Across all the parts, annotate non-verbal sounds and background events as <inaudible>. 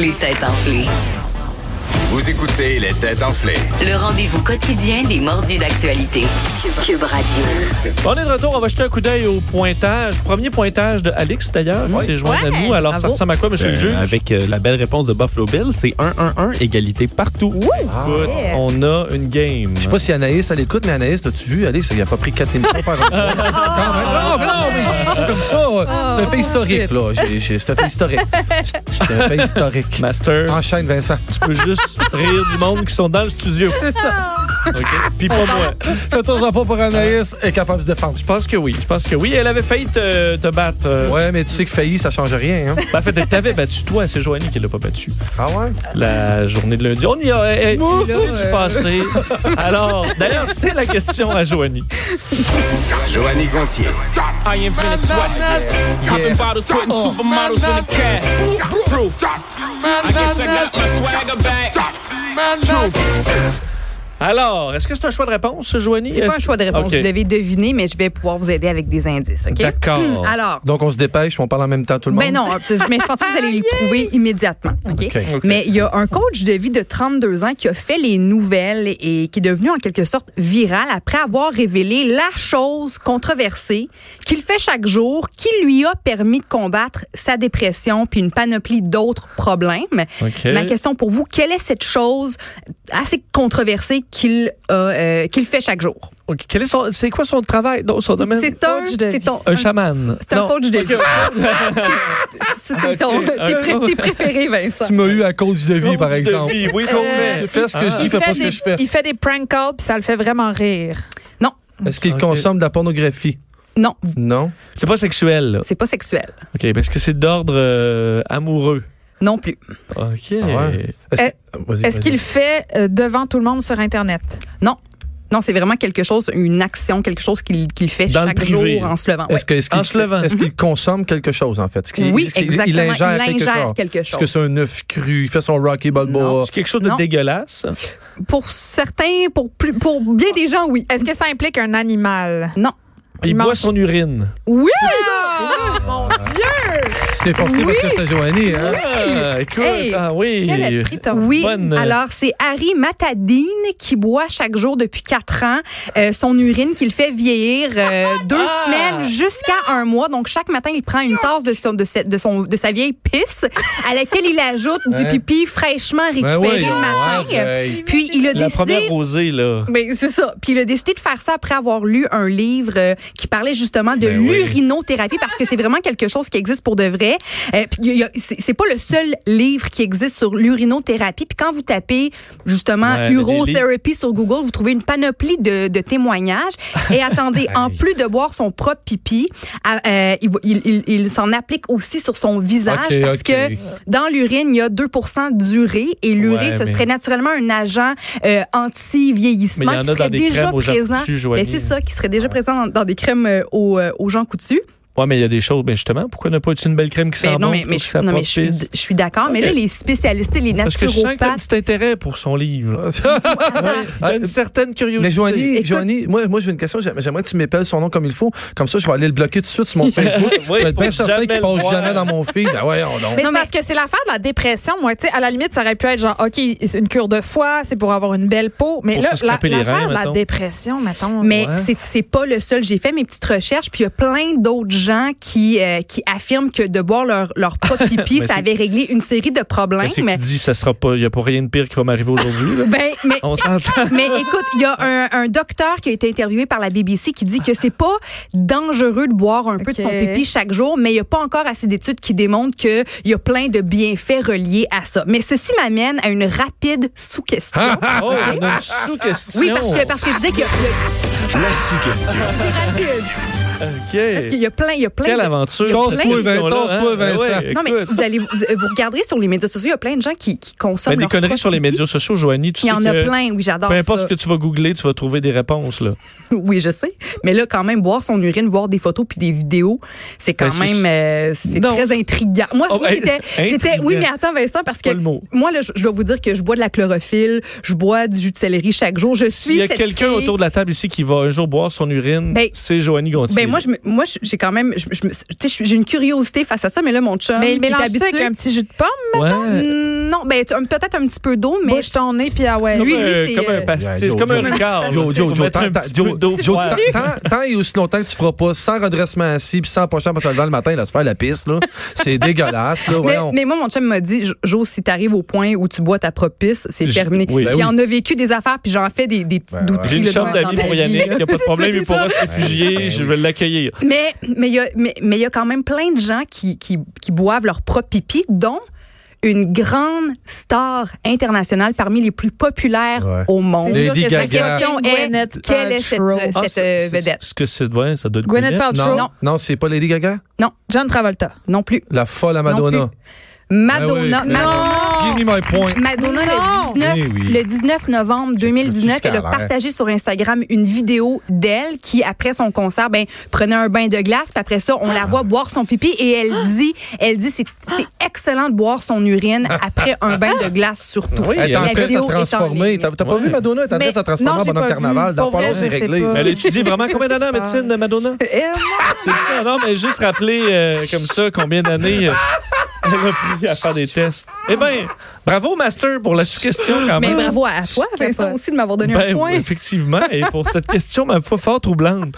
Les têtes enflées. Vous écoutez les têtes enflées. Le rendez-vous quotidien des mordus d'actualité. Cube Radio. On est de retour, on va jeter un coup d'œil au pointage. Premier pointage de Alix d'ailleurs, qui s'est joint à Ouais, nous. Alors ça bravo. ressemble à quoi, monsieur Ben, le Euh, juge? avec euh, la belle réponse de Buffalo Bill, c'est 1-1-1, égalité partout. ben, Écoute, on a une game. Je sais pas si Anaïs, elle écoute, mais Anaïs, l'as-tu vu? Alex, il a pas pris quatre émissions par an. Quand <laughs> même. Non, mais non, mais je dis ça comme ça. Ah, C'est un fait historique, là. J'ai- j'ai- C'est un fait historique. C'est- C'est un fait historique. Master, <laughs> Enchaîne, Vincent. tu peux <laughs> juste rire du monde qui sont dans le studio. C'est ça. <laughs> OK? Puis pas moi. Fais-toi pas pour Anaïs, est capable de se défendre. Je pense que oui. Je pense que oui. Elle avait failli te, te battre. euh. Ouais, mais tu sais que failli, ça change rien. Hein? Ben, en fait, elle t'avait battu, toi. C'est Joanie qui l'a pas battu. Ah ouais? La journée de lundi. On y a. eh, eh, là, C'est du euh. passé. Alors, d'ailleurs, c'est la question à Joanie. Joanny Gontier. I invented sweat. Popping bottles, putting supermodels in the cab. Proof. I guess I got my swagger back. Truth. Alors, est-ce que c'est un choix de réponse, Joanie? C'est pas un choix de OK. réponse. Vous devez deviner, mais je vais pouvoir vous aider avec des indices. OK? D'accord. Hum, Alors. Donc, on se dépêche, on parle en même temps, tout le monde. Ben non, mais je pense pas que <laughs> vous allez le trouver immédiatement. OK? OK. Mais il y a un coach de vie de 32 ans qui a fait les nouvelles et qui est devenu en quelque sorte viral après avoir révélé la chose controversée qu'il fait chaque jour qui lui a permis de combattre sa dépression puis une panoplie d'autres problèmes. OK. Ma question pour vous, quelle est cette chose assez controversée qu'il a, euh, qu'il fait chaque jour? OK. Quel est son- C'est quoi son travail dans son domaine? C'est un, Coach de- c'est ton, Un chaman. c'est un Non. coach de OK, vie. Ça, c'est ton, Ok. tes, pré- tes préférés, Vincent. Tu m'as eu à cause de vie, par Coach de exemple. vie, oui, Euh, qu'on fait. Fais ce que je dis, Ah. Il fais fait, pas ce que des, je fais. il fait des prank calls, puis ça le fait vraiment rire. Non, Est-ce qu'il Ok. consomme de la pornographie? non, Non. C'est pas sexuel. là. c'est pas sexuel. OK, parce que c'est d'ordre euh, amoureux. Non plus. OK. Ah ouais. Est-ce vas-y, Eh, Est-ce vas-y. qu'il le fait euh, devant tout le monde sur Internet? Non. Non, c'est vraiment quelque chose, une action, quelque chose qu'il qu'il fait Dans le chaque privé. jour en se levant. Est-ce que- est-ce qu'il En se levant. Mhm. est-ce qu'il consomme quelque chose, en fait? Est-ce Ouais. qu'il- oui, est-ce qu'il- exactement. Il ingère quelque chose. quelque Est-ce que chose. c'est un œuf cru? Il fait son Rocky Balboa. Non. C'est quelque chose de Non. dégueulasse. Pour certains, pour, plus- pour bien des gens, oui. Est-ce que ça implique un animal? Non. Il, Il boit mange- son urine. Oui! Ah, mon Dieu! C'est forcé parce que c'est Joanie, hein? Ah, écoute, Hey, ah oui. Quel esprit t'as? Oui, Bonne. euh, alors c'est Harry Matadine qui boit chaque jour depuis quatre ans euh, son urine qu'il fait vieillir <laughs> euh, deux Ah! semaines jusqu'à un mois. Donc chaque matin, il prend une tasse de, son, de, cette- de son, de sa vieille pisse à laquelle il ajoute du Hein? pipi fraîchement Ben récupéré oui, ben, le matin. arrête. Puis il a euh, La décidé... première rosée, là. Ben, c'est ça. Puis il a décidé de faire ça après avoir lu un livre euh, qui parlait justement de Ben oui. l'urinothérapie parce que c'est vraiment quelque chose qui existe pour de vrai. Euh, puis il y a- c'est c'est pas le seul livre qui existe sur l'urinothérapie. Puis quand vous tapez justement Ouais, urotherapy sur Google, vous trouvez une panoplie de, de témoignages. Et attendez, en plus de boire son propre pipi, à- euh, il, va- il- il- il s'en applique aussi sur son visage Ok, parce ok. que dans l'urine, il y a 2 d'urée et l'urée, Ouais, ce mais- serait naturellement un agent euh, anti-vieillissement Mais il y en qui a dans serait des déjà crèmes aux gens présent. coutus, Joanie. Ben, c'est ça, qui serait déjà présent dans, dans des crèmes euh, aux, euh, aux gens coutus. Ouais, mais il y a des choses, ben justement, pourquoi ne pas utiliser une belle crème qui Ben, sent non, bon mais, pour mais que je, ça non, mais je suis, profite? d- je suis d'accord. Mais Ok. là, les spécialistes, les Parce que je sens qu'il y a un naturopathes. petit intérêt pour son livre. là. Il y a une certaine curiosité. Euh, Mais Joanie, Écoute- Joanie, moi, moi j'ai une question. J'aime- J'aimerais que tu m'épelles son nom comme il faut. Comme ça, je vais aller le bloquer tout de suite sur <laughs> mon Facebook. Oui, Je vais être pour bien certain jamais qu'il le passe voir. jamais dans mon fil. Ben ouais, on Mais Non, c'est mais- parce que c'est l'affaire de la dépression, moi. Tu sais, à la limite, ça aurait pu être genre, OK, c'est une cure de foie, c'est pour avoir une belle peau. Mais Pour là, se la- scraper les l'affaire reins, de la mettons. dépression, <laughs> mettons. Mais Ouais. c'est- c'est pas le seul. J'ai fait mes petites recherches, puis il y a plein d'autres gens qui, euh, qui affirment que de boire leur, <laughs> leur propre pipi, Mais ça c'est- avait réglé une série de problèmes. Qu'est-ce que tu dis? Ça sera pas, il n'y a pas rien de pire qui va m'arriver aujourd'hui, <laughs> là. Ben, mais On s'entend. <laughs> Mais écoute, il y a un, un docteur qui a été interviewé par la BBC qui dit que c'est pas dangereux de boire un peu de son Ok. pipi chaque jour, mais il n'y a pas encore assez d'études qui démontrent qu'il y a plein de bienfaits reliés à ça. Mais ceci m'amène à une rapide sous-question. Oh, on a une sous-question. Oui, parce que, parce que je disais qu'il y a- La sous-question. c'est rapide. Parce qu'il OK. y a plein, il y a plein Ah, Quelle de- aventure. hein? il y a plein Casse-toi, de- Vincent, casse-toi, Ben Vincent. Non, mais vous allez, vous, euh, vous regarderez sur les médias sociaux, il y a plein de gens qui, qui consomment Mais Ben, des leur conneries propre sur les pipi. médias sociaux, Joanie, tu Il y sais en que a plein, oui, j'adore peu importe ça. ce que tu vas googler, tu vas trouver des réponses. Là. Oui, je sais. Mais là, quand même, voir son urine, voir des photos puis des vidéos, c'est quand Ben, c'est- même euh, c'est Non, très c'est- intriguant. Moi, Oh, moi, ben, j'étais, j'étais- oui, intriguant. mais attends, Vincent, parce C'est que pas le mot. moi, là, je, je vais vous dire que je bois de la chlorophylle, je bois du jus de céleri chaque jour. Je suis S'il y a cette quelqu'un fille- autour de la table ici qui va un jour boire son urine, Ben, c'est Joanie Gontier. Ben moi, je me- moi, je- j'ai quand même, je- je me- tu sais, je suis- j'ai une curiosité face à ça, mais là, mon chum, euh, Mais il est mélange ça avec habitué. un petit jus de pomme, Ouais. Non, ben, tu- un- peut-être un petit peu d'eau, mais. Bouge ton nez, puis ah ouais. Lui, Comme, lui, un- c'est, comme un euh, pastis, Joe, comme Joe, un Ricard. Yo, yo, Faut yo, mettre tant, un tant- petit yo, peu d'eau Joe, froide. tant- tant- tant et aussi longtemps que tu feras pas sans redressement assis puis sans pochette pour te lever le matin, là, se faire la piste, là, <laughs> c'est dégueulasse, là, Mais, voyons. mais moi, mon chum m'a dit, Jo- Jo, si t'arrives au point où tu bois ta propice, c'est Je- terminé. oui. puis Ben oui. on a vécu des affaires, puis j'en fais des, des petites Ben ouais. douteries. J'ai une là, chambre dans- d'amis dans pour ma vie, Yannick, il là. n'y a pas de problème, il pourra se réfugier, je vais l'accueillir. Mais mais il y a mais mais il y a quand même plein de gens qui, qui, qui boivent leur propre pipi, dont une grande star internationale parmi les plus populaires Ouais. au monde. Lady sûr que La ça Gaga. question est Gwyneth quelle est cette, Paltrow. cette, Ah, euh, c'est- c'est- vedette Est-ce que c'est ouais, ça doit être Gwyneth Gwyneth? Paltrow. Non. Non, c'est pas Lady Gaga? John Travolta. Non plus. La folle à Non Madonna. Ben Madonna. Ah oui. Madonna. Give me my point. Madonna, Non! le 19, Eh oui. le 19 novembre Je 2019, suis elle a scalaire. partagé sur Instagram une vidéo d'elle qui, après son concert, ben, prenait un bain de glace. Puis après ça, on la voit boire son pipi et elle dit, elle dit, c'est c'est excellent de boire son urine après un bain de glace surtout. Oui, Elle est en La train de se vidéo est en transformer. ligne. T'as t'as pas Ouais. vu Madonna? Elle est en train de se Mais- transformer non, en j'ai bonhomme pas carnaval. vu. Dans Pour pas vrai, long, c'est je sais réglé. pas. Elle étudie vraiment combien d'années <laughs> en médecine de Madonna? Euh, C'est ça, non, mais juste rappeler euh, comme ça combien d'années euh, elle a pris à faire des tests. Eh bien, bravo, Master, pour la suggestion Ah, quand mais ben, même. bravo à toi, Vincent, capote. aussi, de m'avoir donné Ben, un point. oui, effectivement, et pour cette question, ma foi, fort troublante.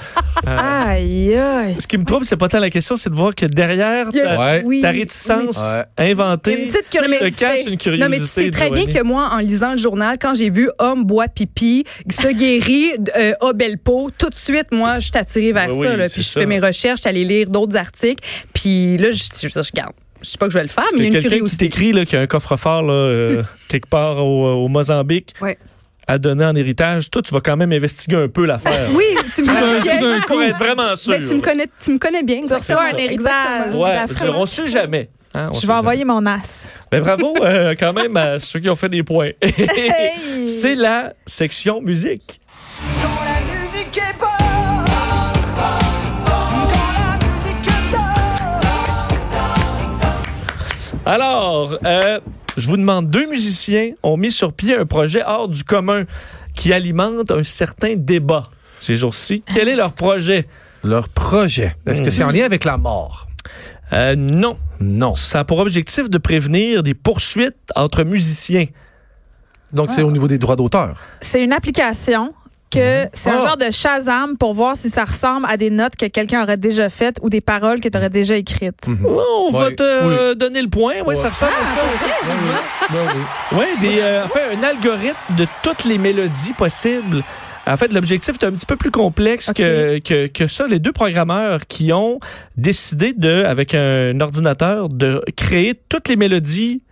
Aïe, aïe. Ce qui me trouble, c'est pas tant la question, c'est de voir que derrière Il y a- ta, oui. ta réticence inventée, Une petite Non, se mais curiosité. cache une curiosité. Non, mais tu sais très bien Joanie. que moi, en lisant le journal, quand j'ai vu homme boit pipi, se guérit, <laughs> euh, a belle peau, tout de suite, moi, je suis attirée vers Oui, ça. oui, là. c'est puis je ça. fais mes recherches, je suis allée lire d'autres articles. Puis là, je, je, je, je garde. Je sais pas que je vais le faire, mais il y a une quelqu'un qui curiosité. t'écrit là, qu'il y a un coffre-fort là, <laughs> euh, quelque part au, au Mozambique Ouais. à donner en héritage, toi, tu vas quand même investiguer un peu l'affaire. Euh, Oui, <laughs> tu me connais bien. Tout d'un coup, être vraiment sûr. Ben, tu, me connais, tu me connais bien. Tu reçois un exactement. héritage. Ouais, d'Afrique. je veux dire, on sait jamais. Hein, on sait Je vais jamais. envoyer mon as. Ben, bravo euh, quand même à ceux qui ont fait des points. Hey! C'est la section musique. Alors, euh, je vous demande, deux musiciens ont mis sur pied un projet hors du commun qui alimente un certain débat ces jours-ci. Quel est leur projet? Leur projet. Est-ce que c'est en lien avec la mort? Euh, non. Non. Ça a pour objectif de prévenir des poursuites entre musiciens. Donc, c'est au niveau des droits d'auteur. C'est une application que c'est un Oh. Ah. genre de Shazam pour voir si ça ressemble à des notes que quelqu'un aurait déjà faites ou des paroles que tu aurais déjà écrites. Oh, on Ouais, va te euh, donner le point. Oui, Ouais. ça ressemble à ça. Oui, des, euh, en fait, un algorithme de toutes les mélodies possibles. En fait, l'objectif est un petit peu plus complexe Ok. que, que, que ça. Les deux programmeurs qui ont décidé de, avec un ordinateur, de créer toutes les mélodies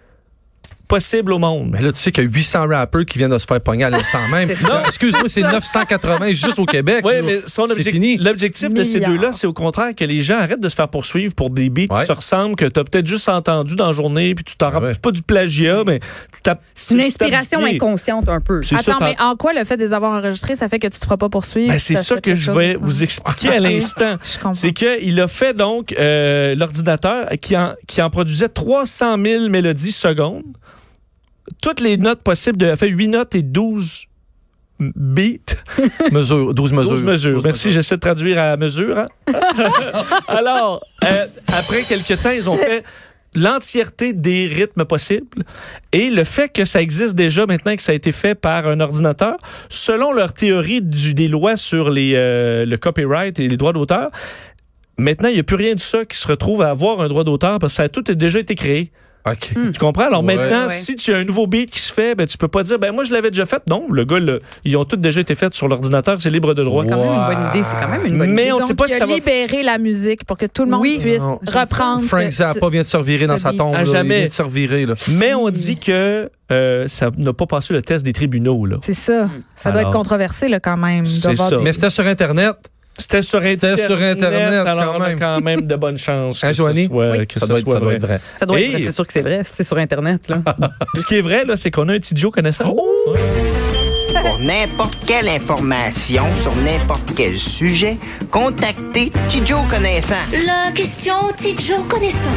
possibles au monde. Mais là, tu sais qu'il y a 800 rappers qui viennent de se faire pogner à l'instant même. Non, excuse-moi, c'est 980 juste au Québec. Oui, là. mais son c'est objectif- fini. l'objectif de ces Milliards. deux-là, c'est au contraire que les gens arrêtent de se faire poursuivre pour des beats Ouais. Ah qui se ressemblent, que t'as peut-être juste entendu dans la journée, puis tu t'en rappelles ouais. c'est pas du plagiat, mais tu tapes. C'est une inspiration inconsciente un peu. C'est ça, Attends, t'en- mais en quoi le fait de les avoir enregistrés, ça fait que tu te feras pas poursuivre? Ben, c'est T'as ça fait que quelque je chose hein. vais de- vous <laughs> expliquer à l'instant. Je comprends. C'est qu'il a fait donc euh, l'ordinateur qui en, qui en produisait 300 000 mélodies secondes. Toutes les notes possibles, de, il a fait 8 notes et 12 beats. <laughs> Mesure, 12 mesures. 12 mesures. Merci, j'essaie de traduire à mesure. <laughs> hein. Alors, euh, après quelques temps, ils ont fait l'entièreté des rythmes possibles et le fait que ça existe déjà maintenant que ça a été fait par un ordinateur, selon leur théorie du, des lois sur les, euh, le copyright et les droits d'auteur, maintenant, il n'y a plus rien de ça qui se retrouve à avoir un droit d'auteur parce que ça a tout déjà été créé. OK. Tu comprends? Alors Ouais. maintenant, Ouais. si tu as un nouveau beat qui se fait, ben, tu peux pas dire, ben, moi, je l'avais déjà fait. Non, le gars, le- ils ont tous déjà été faits sur l'ordinateur, c'est libre de droit. C'est quand même une bonne idée. C'est quand même une bonne Mais idée. on sait pas il si a ça va- libéré la musique pour que tout le monde Oui. puisse Non. reprendre. Frank ce- Zappa vient de se revirer dans sa ce- tombe. À là. Il jamais. vient de se revirer, là. Mais on dit que euh, ça n'a pas passé le test des tribunaux. Là. C'est ça. Ça doit Alors. être controversé là, quand même. C'est d'avoir- ça. Mais c'était sur Internet. hein, C'était sur C'était Internet. sur Internet, alors quand on a même. quand même de bonnes chances. Hein, que ce Joanie? soit- Oui. que Ça ce doit être- soit ça doit être vrai. Ça doit être Hey. vrai. C'est sûr que c'est vrai. C'est sur <laughs> Internet. Là. Ce qui est vrai, là, c'est qu'on a un petit Joe connaissant. Oh! Pour n'importe quelle information sur n'importe quel sujet, contactez Tidjo Connaissant. La question Tidjo connaissant.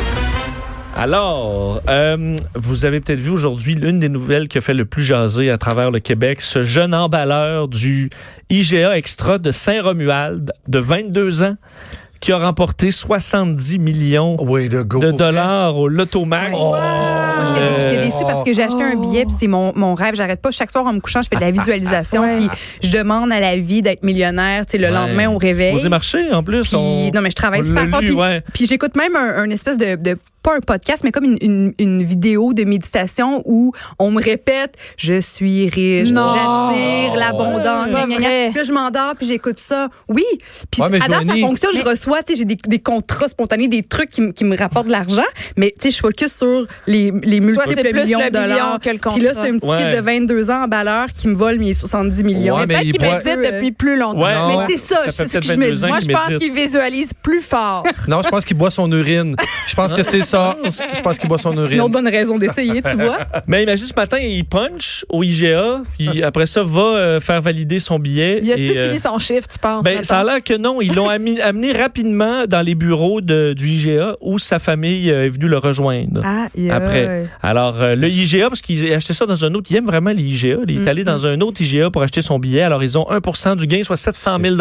Alors, euh, vous avez peut-être vu aujourd'hui l'une des nouvelles qui a fait le plus jaser à travers le Québec, ce jeune emballeur du IGA Extra de Saint-Romuald de 22 ans qui a remporté 70 millions Oui, de go. de dollars au Lotto Max. Moi, j'étais- Euh, J'étais déçue parce que j'ai acheté un billet, puis c'est mon, mon rêve. J'arrête pas. Chaque soir, en me couchant, je fais de la visualisation, Ouais. puis je demande à la vie d'être millionnaire, tu sais, le lendemain au réveil. Supposé marcher, en plus. Puis- on- non, mais je travaille on super l'a fort. lu, Puis, ouais. puis j'écoute même un, un espèce de, de- pas un podcast, mais comme une, une- une vidéo de méditation où on me répète Je suis riche, Non. j'attire l'abondance. C'est gna, pas gna, gna. vrai. Puis là, je m'endors, puis j'écoute ça. Oui. Puis Ouais, mais à date, ça Joanie- fonctionne. Je reçois, tu sais, j'ai des, des contrats spontanés, des trucs qui, m- qui me rapportent de l'argent, mais tu sais, je focus sur les, les Soit c'est multiples plus millions le de dollars. million que le Puis là, c'est un contrat. petit Ouais. kid de 22 ans en balleur qui me vole mes 70 millions. Ouais, mais Peut-être il qu'il pourrait- médite depuis plus longtemps. Ouais. Non. Mais ouais. c'est ça, Ça c'est fait ce que je peut-être me 22 ans dis. Moi, je pense médite. qu'il visualise <laughs> plus fort. Non, je pense qu'il boit son urine. Je pense que c'est ça. Je pense qu'il boit son C'est une ben, autre urine. bonne raison d'essayer, tu vois. Mais imagine ce matin, il punch au IGA, <laughs> puis après ça, va euh, faire valider son billet. Il a-tu et, euh, fini son chiffre, tu penses? ben, ça a mettons? l'air que non. Ils l'ont ami- amené rapidement dans les bureaux de- du IGA où sa famille euh, est venue le rejoindre. Ah, il a- Après. Alors, euh, le IGA, parce qu'il a acheté ça dans un autre, il aime vraiment les IGA. Il est allé dans un autre IGA pour acheter son billet. Alors, ils ont 1 du gain, soit 700 000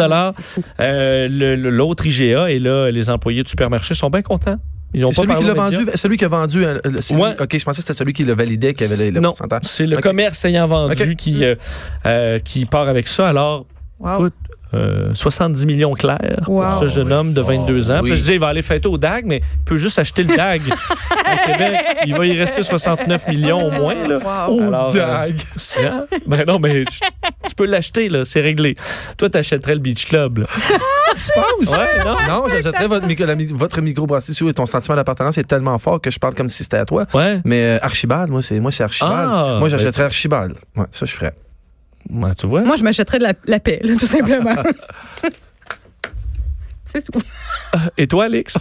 Euh, le- le- L'autre IGA, et là, les employés du supermarché sont bien contents. Ils n'ont C'est pas celui parlé qui aux l'a médias. vendu. Celui qui a vendu. euh, le- celui- Ouais. Ok, je pensais que c'était celui qui le validait, qui avait le, le Non, pourcentage. c'est le Ok. commerce ayant vendu Ok. qui, euh, euh, qui part avec ça. Alors, Wow. écoute, euh, 70 millions clairs Ah. Wow. pour ce jeune homme de 22 ans. oui. Puis je dis, il va aller fêter au DAG, mais il peut juste acheter le <laughs> DAG. Au Québec, il va y rester 69 millions au moins. Là. Wow. Au DAG! euh, Ben non, mais je- tu peux l'acheter, là, c'est réglé. Toi, t'achèterais le Beach Club. <laughs> là. Tu penses? Ouais, non? Non, j'achèterais votre, micro, la mi- votre microbrasserie. Si oui, ton sentiment d'appartenance est tellement fort que je parle comme si c'était à toi. Ouais. Mais euh, Archibald, moi, c'est moi c'est Archibald. Ah, moi, ben, j'achèterais Archibald. Ouais, ça, je ferais. Ouais, Ah, tu vois? Moi, je m'achèterais de la, la paix, là, <laughs> tout simplement. C'est tout. Et toi, Alex?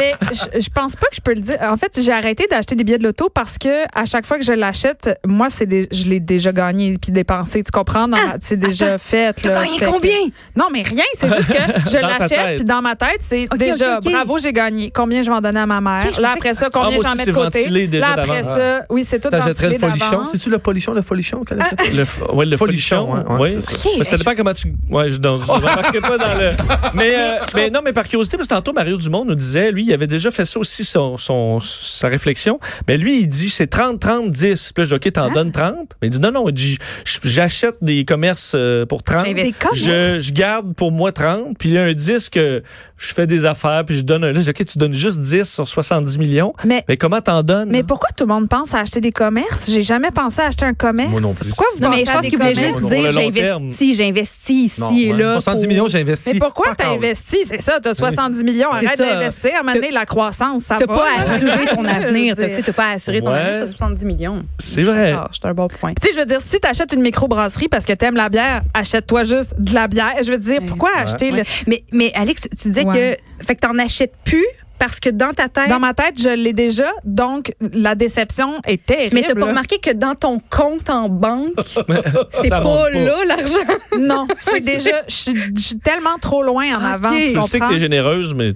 Mais je, je pense pas que je peux le dire. En fait, j'ai arrêté d'acheter des billets de loto parce que à chaque fois que je l'achète, moi, c'est des- je l'ai déjà gagné puis dépensé. Tu comprends? Ah, Dans ma- c'est déjà fait. T'as là. gagné Fait que- combien? Non, mais rien. C'est <laughs> juste que je Dans ta tête. l'achète puis dans ma tête, c'est Ok, déjà ok, ok. bravo, j'ai gagné. Combien je vais en donner à ma mère? Ok, je là, pensais après ça, Ah, combien moi j'en aussi, mets c'est de ventilé côté? déjà Là, après d'avance. ça, oui, c'est tout T'achèterais le ventilé folichon. d'avance. C'est-tu le polichon, le folichon? qu'elle a fait? Le, f- ouais, le Folichon, folichon. ouais, ouais, oui. c'est ça. Mais ben, ça dépend comment tu. Ouais, je ne remarquerai pas dans le. <laughs> Mais, euh, mais non, mais par curiosité, parce que tantôt, Mario Dumont nous disait, lui, il avait déjà fait ça aussi, son, son- sa réflexion. Mais lui, il dit, c'est 30, 30, 10. Puis là, je dis, OK, Ah. t'en donnes 30. Mais il dit, non, non, il dit, j- j'achète des commerces euh, pour 30. J'investis. Des commerces? Je, je garde pour moi 30. Puis il y a un 10 que je fais des affaires, puis je donne un. Là, je dis, OK, tu donnes juste 10 sur 70 millions. Mais- mais comment t'en donnes? Mais pourquoi tout le monde pense à acheter des commerces? J'ai jamais pensé à acheter un commerce. Moi non plus. Pourquoi vous Non, pensez mais je à pense des qu'il voulait commerces? juste Pour le dire long terme. j'investis, j'investis ici Non, et ouais. là. 70 pour- millions, j'investis. Mais pourquoi Fuck all. t'investis? C'est ça, t'as 70 millions, C'est arrête ça. d'investir, à un moment donné, la croissance, ça T'as <laughs> va. pas assuré ton avenir. <laughs> Je T'as veux dire. tu sais, t'as pas assuré ton Ouais. avenir, t'as 70 millions. C'est vrai. Ah, C'est un bon point. Tu sais, je veux dire, si t'achètes une microbrasserie parce que t'aimes la bière, achète-toi juste de la bière. Je veux dire, pourquoi acheter le- Ouais. Mais, mais Alex, tu disais Ouais. que. Fait que t'en achètes plus parce que dans ta tête. Dans ma tête, je l'ai déjà, donc la déception est terrible. mais t'as pas remarqué que dans ton compte en banque, c'est <laughs> Ça pas, monte pas. là l'argent. Non, <laughs> c'est déjà, je suis je suis tellement trop loin en avant, tu Je sais que comprends? t'es généreuse, mais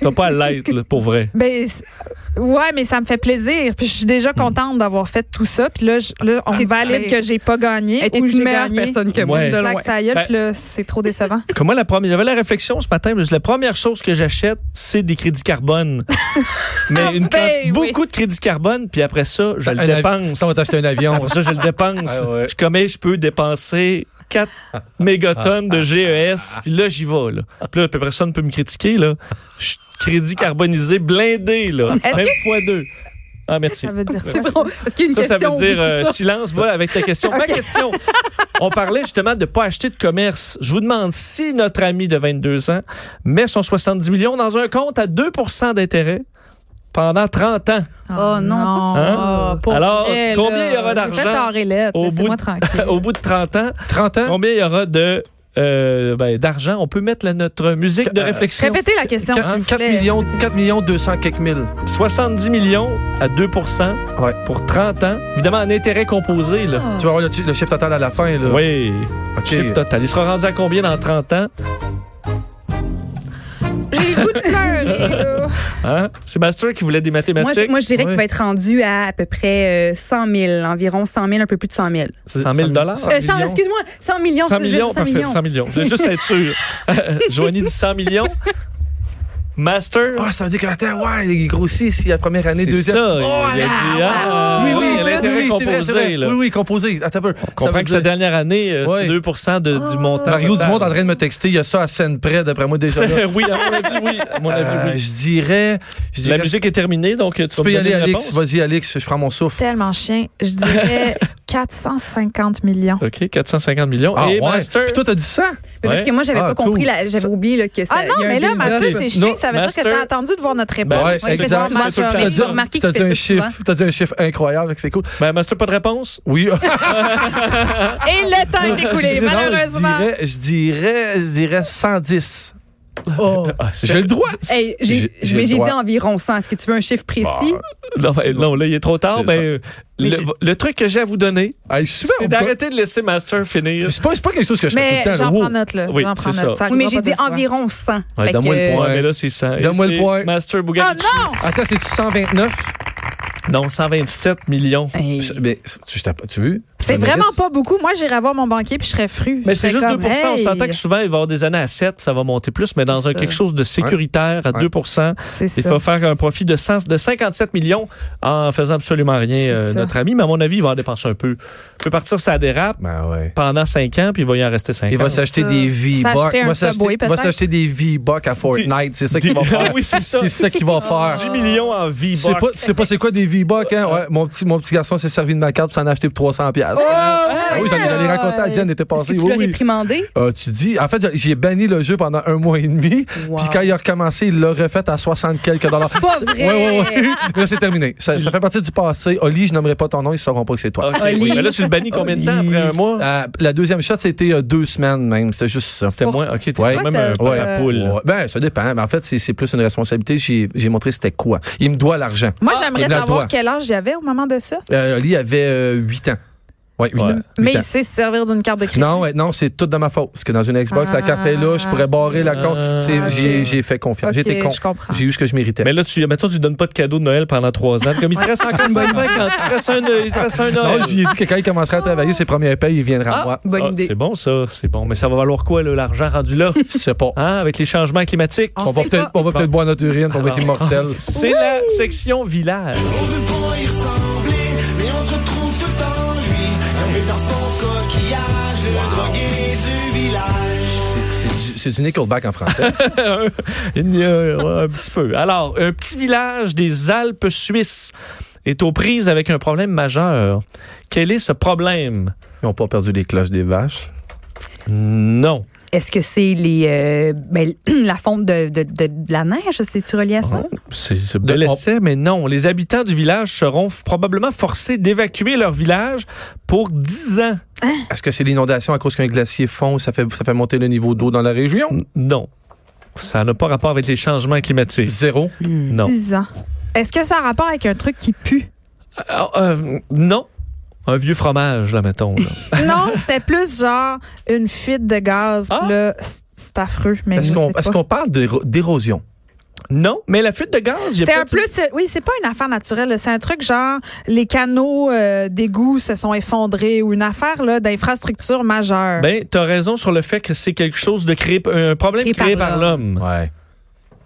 t'as pas à l'être, là, pour vrai. Ben, c'est- ouais, mais ça me fait plaisir. Puis je suis déjà contente d'avoir fait tout ça. Puis là, je- là, on Hmm. T'es- valide que j'ai pas gagné Hey, T'es ou une j'ai meilleure gagné. personne que moi, Ouais. de loin. Claque sa gueule, Ben- puis là, c'est trop décevant. Comment la première. J'avais la réflexion ce matin, mais la première chose que j'achète, c'est des crédits <laughs> carbone. mais une ben quanti- oui. beaucoup de crédits carbone, puis après ça, je le Un avi- dépense. On va t'acheter un avion. Après ça, je le dépense. <laughs> Ah ouais. Je commets, je peux dépenser 4 mégatonnes de Ah. GES, puis là, j'y vais. Là. Puis là, personne ne peut me critiquer. Là. Je suis crédit carbonisé, blindé, là. Est-ce Même fois deux. Ah, merci. Ça <laughs> veut dire ça. C'est bon. Parce qu'il y a une Ça, ça question. veut au bout dire de tout euh, ça. silence, va avec ta question. <laughs> Ma question. On parlait justement de ne pas acheter de commerce. Je vous demande si notre ami de 22 ans met son 70 millions dans un compte à 2 d'intérêt pendant 30 ans. <laughs> Oh non, Ah, Hein? Alors, combien il y aura d'argent au bout Laissez-moi de- tranquille. Au bout de 30 ans, 30 ans? combien il y aura de euh, ben, d'argent? On peut mettre la- notre musique de réflexion. Répétez la question, s'il vous 4 plaît. Euh, millions, 4 millions 200 quelques mille. 70 millions à 2 Ouais. pour 30 ans. Évidemment, en intérêt composé. Là. Tu vas avoir le, chi- le chiffre total à la fin. Là. Oui. Ok. Chiffre total. Il sera rendu à combien dans 30 ans? J'ai le goût de <laughs> pleurer. là. Hein? Sébastien qui voulait des Moi, je, mathématiques. moi, je dirais Ouais. qu'il va être rendu à à peu près euh, 100 000, environ 100 000, un peu plus de 100 000. 100 000 100 Euh, 100 millions. Excuse-moi, 100 100 millions. c'est- je veux millions, dire 100 parfait. millions. Euh, 100 millions. Je voulais juste être sûr. Joanie dit 100 millions. Master. Ah, ça veut dire que, attends, ouais, il grossit si la première année, C'est deuxième. ça, il- Oh, il a là, dit, ah, ouais. oui, oui, oui, elle a intérêt oui, c'est vrai, c'est vrai. composé, là. Oui, oui, composé. Attends un peu. Ça Ah. comprend veut que cette dire- dernière année, euh, Ouais. c'est 2 de- du montant. Mario total. Dumont est <laughs> en train de me texter, il y a ça à scène près, d'après moi, déjà. là. oui, à mon avis, oui. À mon avis, Euh, oui. je dirais. je La dirais- musique est terminée, donc tu, Tu peux y aller, Alex. Vas-y, Alex, je prends mon souffle. Tellement chien. Je <laughs> dirais 450 millions. OK, 450 millions. Et Master. Ah, Puis toi, t'as dit 100? Mais Parce Ouais. que moi, j'avais Ah, pas cool. compris, la- j'avais oublié là, que ça. Ah il y non, a un mais là, build-up. Mathieu, c'est Non, chiant. Ça veut dire Master- que t'as attendu de voir notre réponse. Ben, Ouais, c'est exact. ça, c'est tout le temps. Mais T'as j'ai dit- remarqué t'as qu'il dit un faisait souvent. chiffre. T'as dit un chiffre incroyable, fait que c'est cool. Ben, Master, pas de réponse? Oui. <laughs> Et le temps est écoulé, Non, malheureusement. Je dirais, je dirais, je dirais 110. Oh. J'ai le droit. Hey, j'ai- J'ai- j'ai mais le j'ai dit droit. Bah, environ 100. Est-ce que tu veux un chiffre précis? Non, ben, non, là, il est trop tard. C'est Ben, ça. euh, le, le truc que j'ai à vous donner, Hey, super, c'est on peut- d'arrêter de laisser Master finir. C'est pas, c'est pas quelque chose que je fais Mais tout le temps. j'en là. prends Wow. note, là. Oui, J'en prends c'est note. ça. Ça Oui, mais arrivera j'ai pas dit deux fois. environ 100. Ouais, Fait donne-moi le que, point. Ouais, mais là, c'est 100. Et Donne-moi le c'est point. Master Ah Bugatti. non! Attends, c'est-tu 129? non, 127 millions. hey. Je- Mais, tu, je t'app- tu veux? C'est vraiment pas beaucoup. Moi, j'irais voir mon banquier puis je serais fru. Mais Je c'est serais juste 2 comme, On hey. s'entend que souvent, il va y avoir des années à 7, ça va monter plus, mais dans un, ça. quelque chose de sécuritaire à Ouais. 2 C'est il ça. faut faire un profit de, 100 de 57 millions en faisant absolument rien, C'est euh, ça. notre ami. Mais à mon avis, il va en dépenser un peu. Il peut partir, ça dérape Ben ouais. pendant 5 ans, puis il va y en rester 5 ans. Il va s'acheter ça. des V-Bucks. S'acheter un Il va Subway, s'acheter- il va peut-être. s'acheter des V-Bucks à Fortnite. C'est ça qu'il va <laughs> faire. oui, c'est ça. C'est ça qu'il va faire. 10 millions en Tu vie. sais pas, tu sais pas c'est quoi des V-Bucks, hein? Ouais, mon petit, mon petit garçon s'est servi de ma carte pour s'en acheter pour 300 piastres. ah oui, j'en ai j'en ai raconté à Jen l'été Est-ce que passé. tu Oui, l'as oui. réprimandé? Euh, tu dis, en fait, j'ai banni le jeu pendant un mois et demi. Wow. Puis quand il a recommencé, il l'a refait à 60 quelques dollars. C'est pas vrai. Ouais, ouais, ouais. <laughs> Là, c'est terminé. Ça, ça fait partie du passé. Oli, je nommerai pas ton nom, ils sauront pas que c'est toi. Ok, Oli. oui. Mais là, tu le bannis combien de temps après un mois? Euh, la deuxième shot, c'était euh, deux semaines même. C'était juste ça. Ah, C'était moins. OK, t'es Ouais. quand même un peu Ouais. euh, la poule. Ouais. Ben, ça dépend. Mais en fait, c'est c'est plus une responsabilité. J'ai j'ai montré c'était quoi. Il me doit l'argent. Moi, il j'aimerais la savoir doit. quel âge j'avais au moment de ça. Euh, Oli avait 8 ans. Oui, 8 Ouais. ans. Mais Huit ans. il sait se servir d'une carte de crédit. Non, ouais, non, c'est tout de ma faute. Parce que dans une Xbox, la carte est là, je pourrais barrer la compte. Ah. C'est- J'ai j'ai fait confiance. Ok, J'étais con. je comprends. J'ai eu ce que je méritais. Mais là, tu, mettons, tu donnes pas de cadeau de Noël pendant 3 ans. Comme il te reste encore 50, il te reste un, il te reste un Noël. non, j'ai dit que quand il commencera à travailler, ses premières payes, il viendra à moi. Bonne Ah, idée. c'est bon, ça. C'est bon. Mais ça va valoir quoi, là, l'argent rendu là? Je sais pas. Hein, avec les changements climatiques? On va peut-être on va peut-être boire notre urine, on va être immortel. C'est la section village. <laughs> On veut pas y ressembler, mais on se retrouve tout en lui. Tombé dans son coquillage, le drogué du village. <laughs> C'est- C'est du- c'est du Nickelback en français. Il y a, euh, un petit peu. Alors, un petit village des Alpes suisses est aux prises avec un problème majeur. Quel est ce problème? <laughs> Ils n'ont pas perdu les cloches des vaches. Non. Est-ce que c'est les euh, ben, <clears throat> la fonte de, de- de- de la neige? C'est-tu relié à ça? Ah. C'est c'est Euh, bel essai, mais non. Les habitants du village seront f- probablement forcés d'évacuer leur village pour 10 ans. Est-ce que c'est l'inondation à cause qu'un glacier fond, ça fait, ça fait monter le niveau d'eau dans la région? Non. Ça n'a pas rapport avec les changements climatiques. Zéro. Non. 10 ans. Est-ce que ça a rapport avec un truc qui <laughs> pue? Ah, euh, non. Un vieux fromage, là, mettons. là. non, c'était plus genre une fuite de gaz. Ah. Puis là, c- c'est affreux. Mais Est-ce je qu'on sais est pas. qu'on parle d'éro- d'érosion? <laughs> non, mais la fuite de gaz, il y a C'est un peut-être une- plus, c'est- oui, c'est pas une affaire naturelle. là. C'est un truc genre les canaux euh, d'égout se sont effondrés ou une affaire là d'infrastructure majeure. Ben, t'as raison sur le fait que c'est quelque chose de créé, un problème Créé par créé par l'homme. Ouais.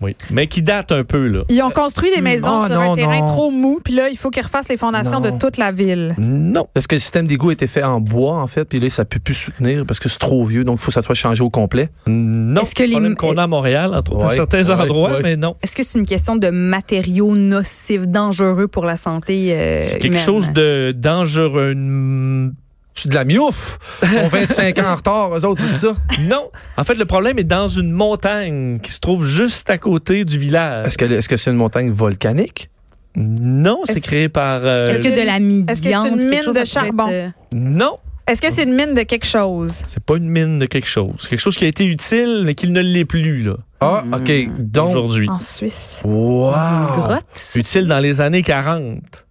Oui. Mais qui date un peu, là. ils ont construit des maisons Oh, sur non, un terrain non. trop mou, puis là, il faut qu'ils refassent les fondations Non. de toute la ville. Non. Est-ce que le système d'égout était fait en bois, en fait, puis là, ça peut plus soutenir parce que c'est trop vieux, donc il faut que ça soit changé au complet? Non. Est-ce que les- problème qu'on a à Montréal, entre autres, Ouais, à certains ouais, endroits, ouais. mais non. Est-ce que c'est une question de matériaux nocifs, dangereux pour la santé euh, C'est quelque humaine? chose de dangereux. Mm, C'est de la miouf! Ils <laughs> sont 25 ans en retard, eux autres, c'est ça? Non. En fait, le problème est dans une montagne qui se trouve juste à côté du village. Est-ce que est-ce que c'est une montagne volcanique? Non, c'est Est-ce- créé par... euh, Est-ce que Est-ce de la mie est-ce que c'est une quelque mine chose, de ça pourrait charbon? être, euh, Non. Est-ce que c'est une mine de quelque chose? C'est pas une mine de quelque chose. Quelque chose qui a été utile, mais qui ne l'est plus, là, Ah, OK. Donc, aujourd'hui. En Suisse. wow! grotte? Utile dans les années 40.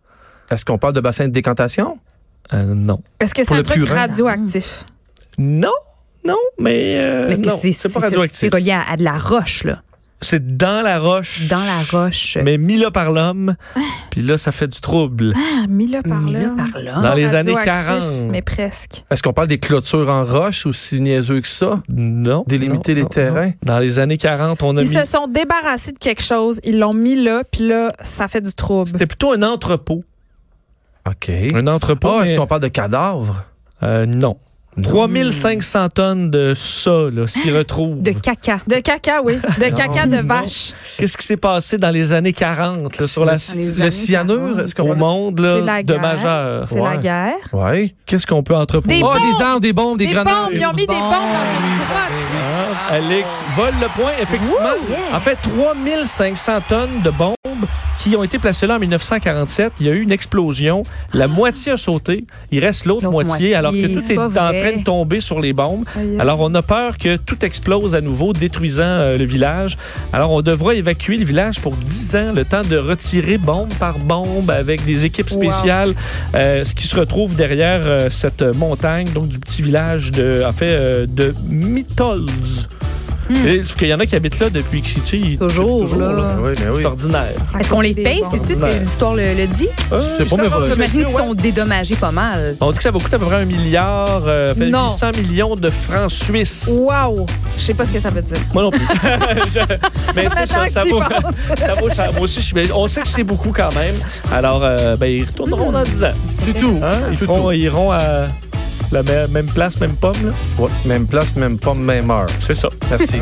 Est-ce qu'on parle de bassin de décantation? Euh, non. Est-ce que c'est Pour un le truc purin. radioactif? Non, non, mais, euh, Mais est-ce que non, c'est c'est c'est- pas radioactif. c'est relié à, à de la roche, là? C'est dans la roche. Dans la roche. euh, Mais mis là par l'homme. Puis là, ça fait du trouble. Ah. Mille par Mis Ah, là. là par là. Dans les années Radioactif, 40. Mais presque. Est-ce qu'on parle des clôtures en roche aussi niaiseux que ça? Non. Délimiter non, les non, terrains? non. Dans les années 40, on a Ils mis. se sont débarrassés de quelque chose, ils l'ont mis là, puis là, ça fait du trouble. C'était plutôt un entrepôt. OK. Un euh, entrepôt. Ah, mais- est-ce Hmm. qu'on parle de cadavres? Euh, non. 3500 tonnes de ça, là, s'y retrouvent. Ah. De caca. De caca, oui. De caca de vache. Qu'est-ce qui s'est passé dans les années 40 là, sur la, le, le cyanure, est-ce qu'on au parle de- monde C'est là, la de guerre. majeur? C'est Ouais. la guerre. Ouais. Qu'est-ce qu'on peut Ah, entreprendre? Des Oh, bombes! des armes, des bombes, des, Des grenades. bombes, ils ont mis des bombes dans une grotte. Ah, Alex vole le point, effectivement. En fait, 3500 tonnes de bombes qui ont été placées là en 1947. Il y a eu une explosion. La moitié a sauté. Il reste l'autre L'autre moitié, moitié, alors que tout c'est est pas en vrai. train de tomber sur les bombes. Aïe. Alors, on a peur que tout explose à nouveau, détruisant euh, le village. Alors, on devra évacuer le village pour 10 ans, le temps de retirer bombe par bombe avec des équipes spéciales, euh, ce qui se retrouve derrière euh, cette montagne, donc du petit village de, en fait, euh, de Mitolds. Hmm. Et, Parce qu'il y en a qui habitent là depuis que tu sais, ils- Toujours, là. Ah Oui, mais oui. C'est ordinaire. Est-ce qu'on les Des paye? bombes. C'est-tu ce que l'histoire le, le dit? Euh, pas, ça mais va, va- ça J'imagine va, qu'ils ouais. sont dédommagés pas mal. On dit que ça va coûter à peu près un milliard, euh, fait Non. 800 millions de francs suisses. Wow! Je sais pas ce que ça veut dire. Moi non plus. <laughs> Je- Mais c'est Maintenant ça, que ça j'y vaut, <laughs> pense. ça vaut cher. Moi aussi, je- mais on sait que c'est beaucoup quand même. Alors, euh, ben, ils retourneront dans 10 ans. C'est tout. Hein? Ils, C'est feront- tout. ils iront à la me- même place, même pomme. là. Ouais, Même place, même pomme, même heure. C'est ça. Merci.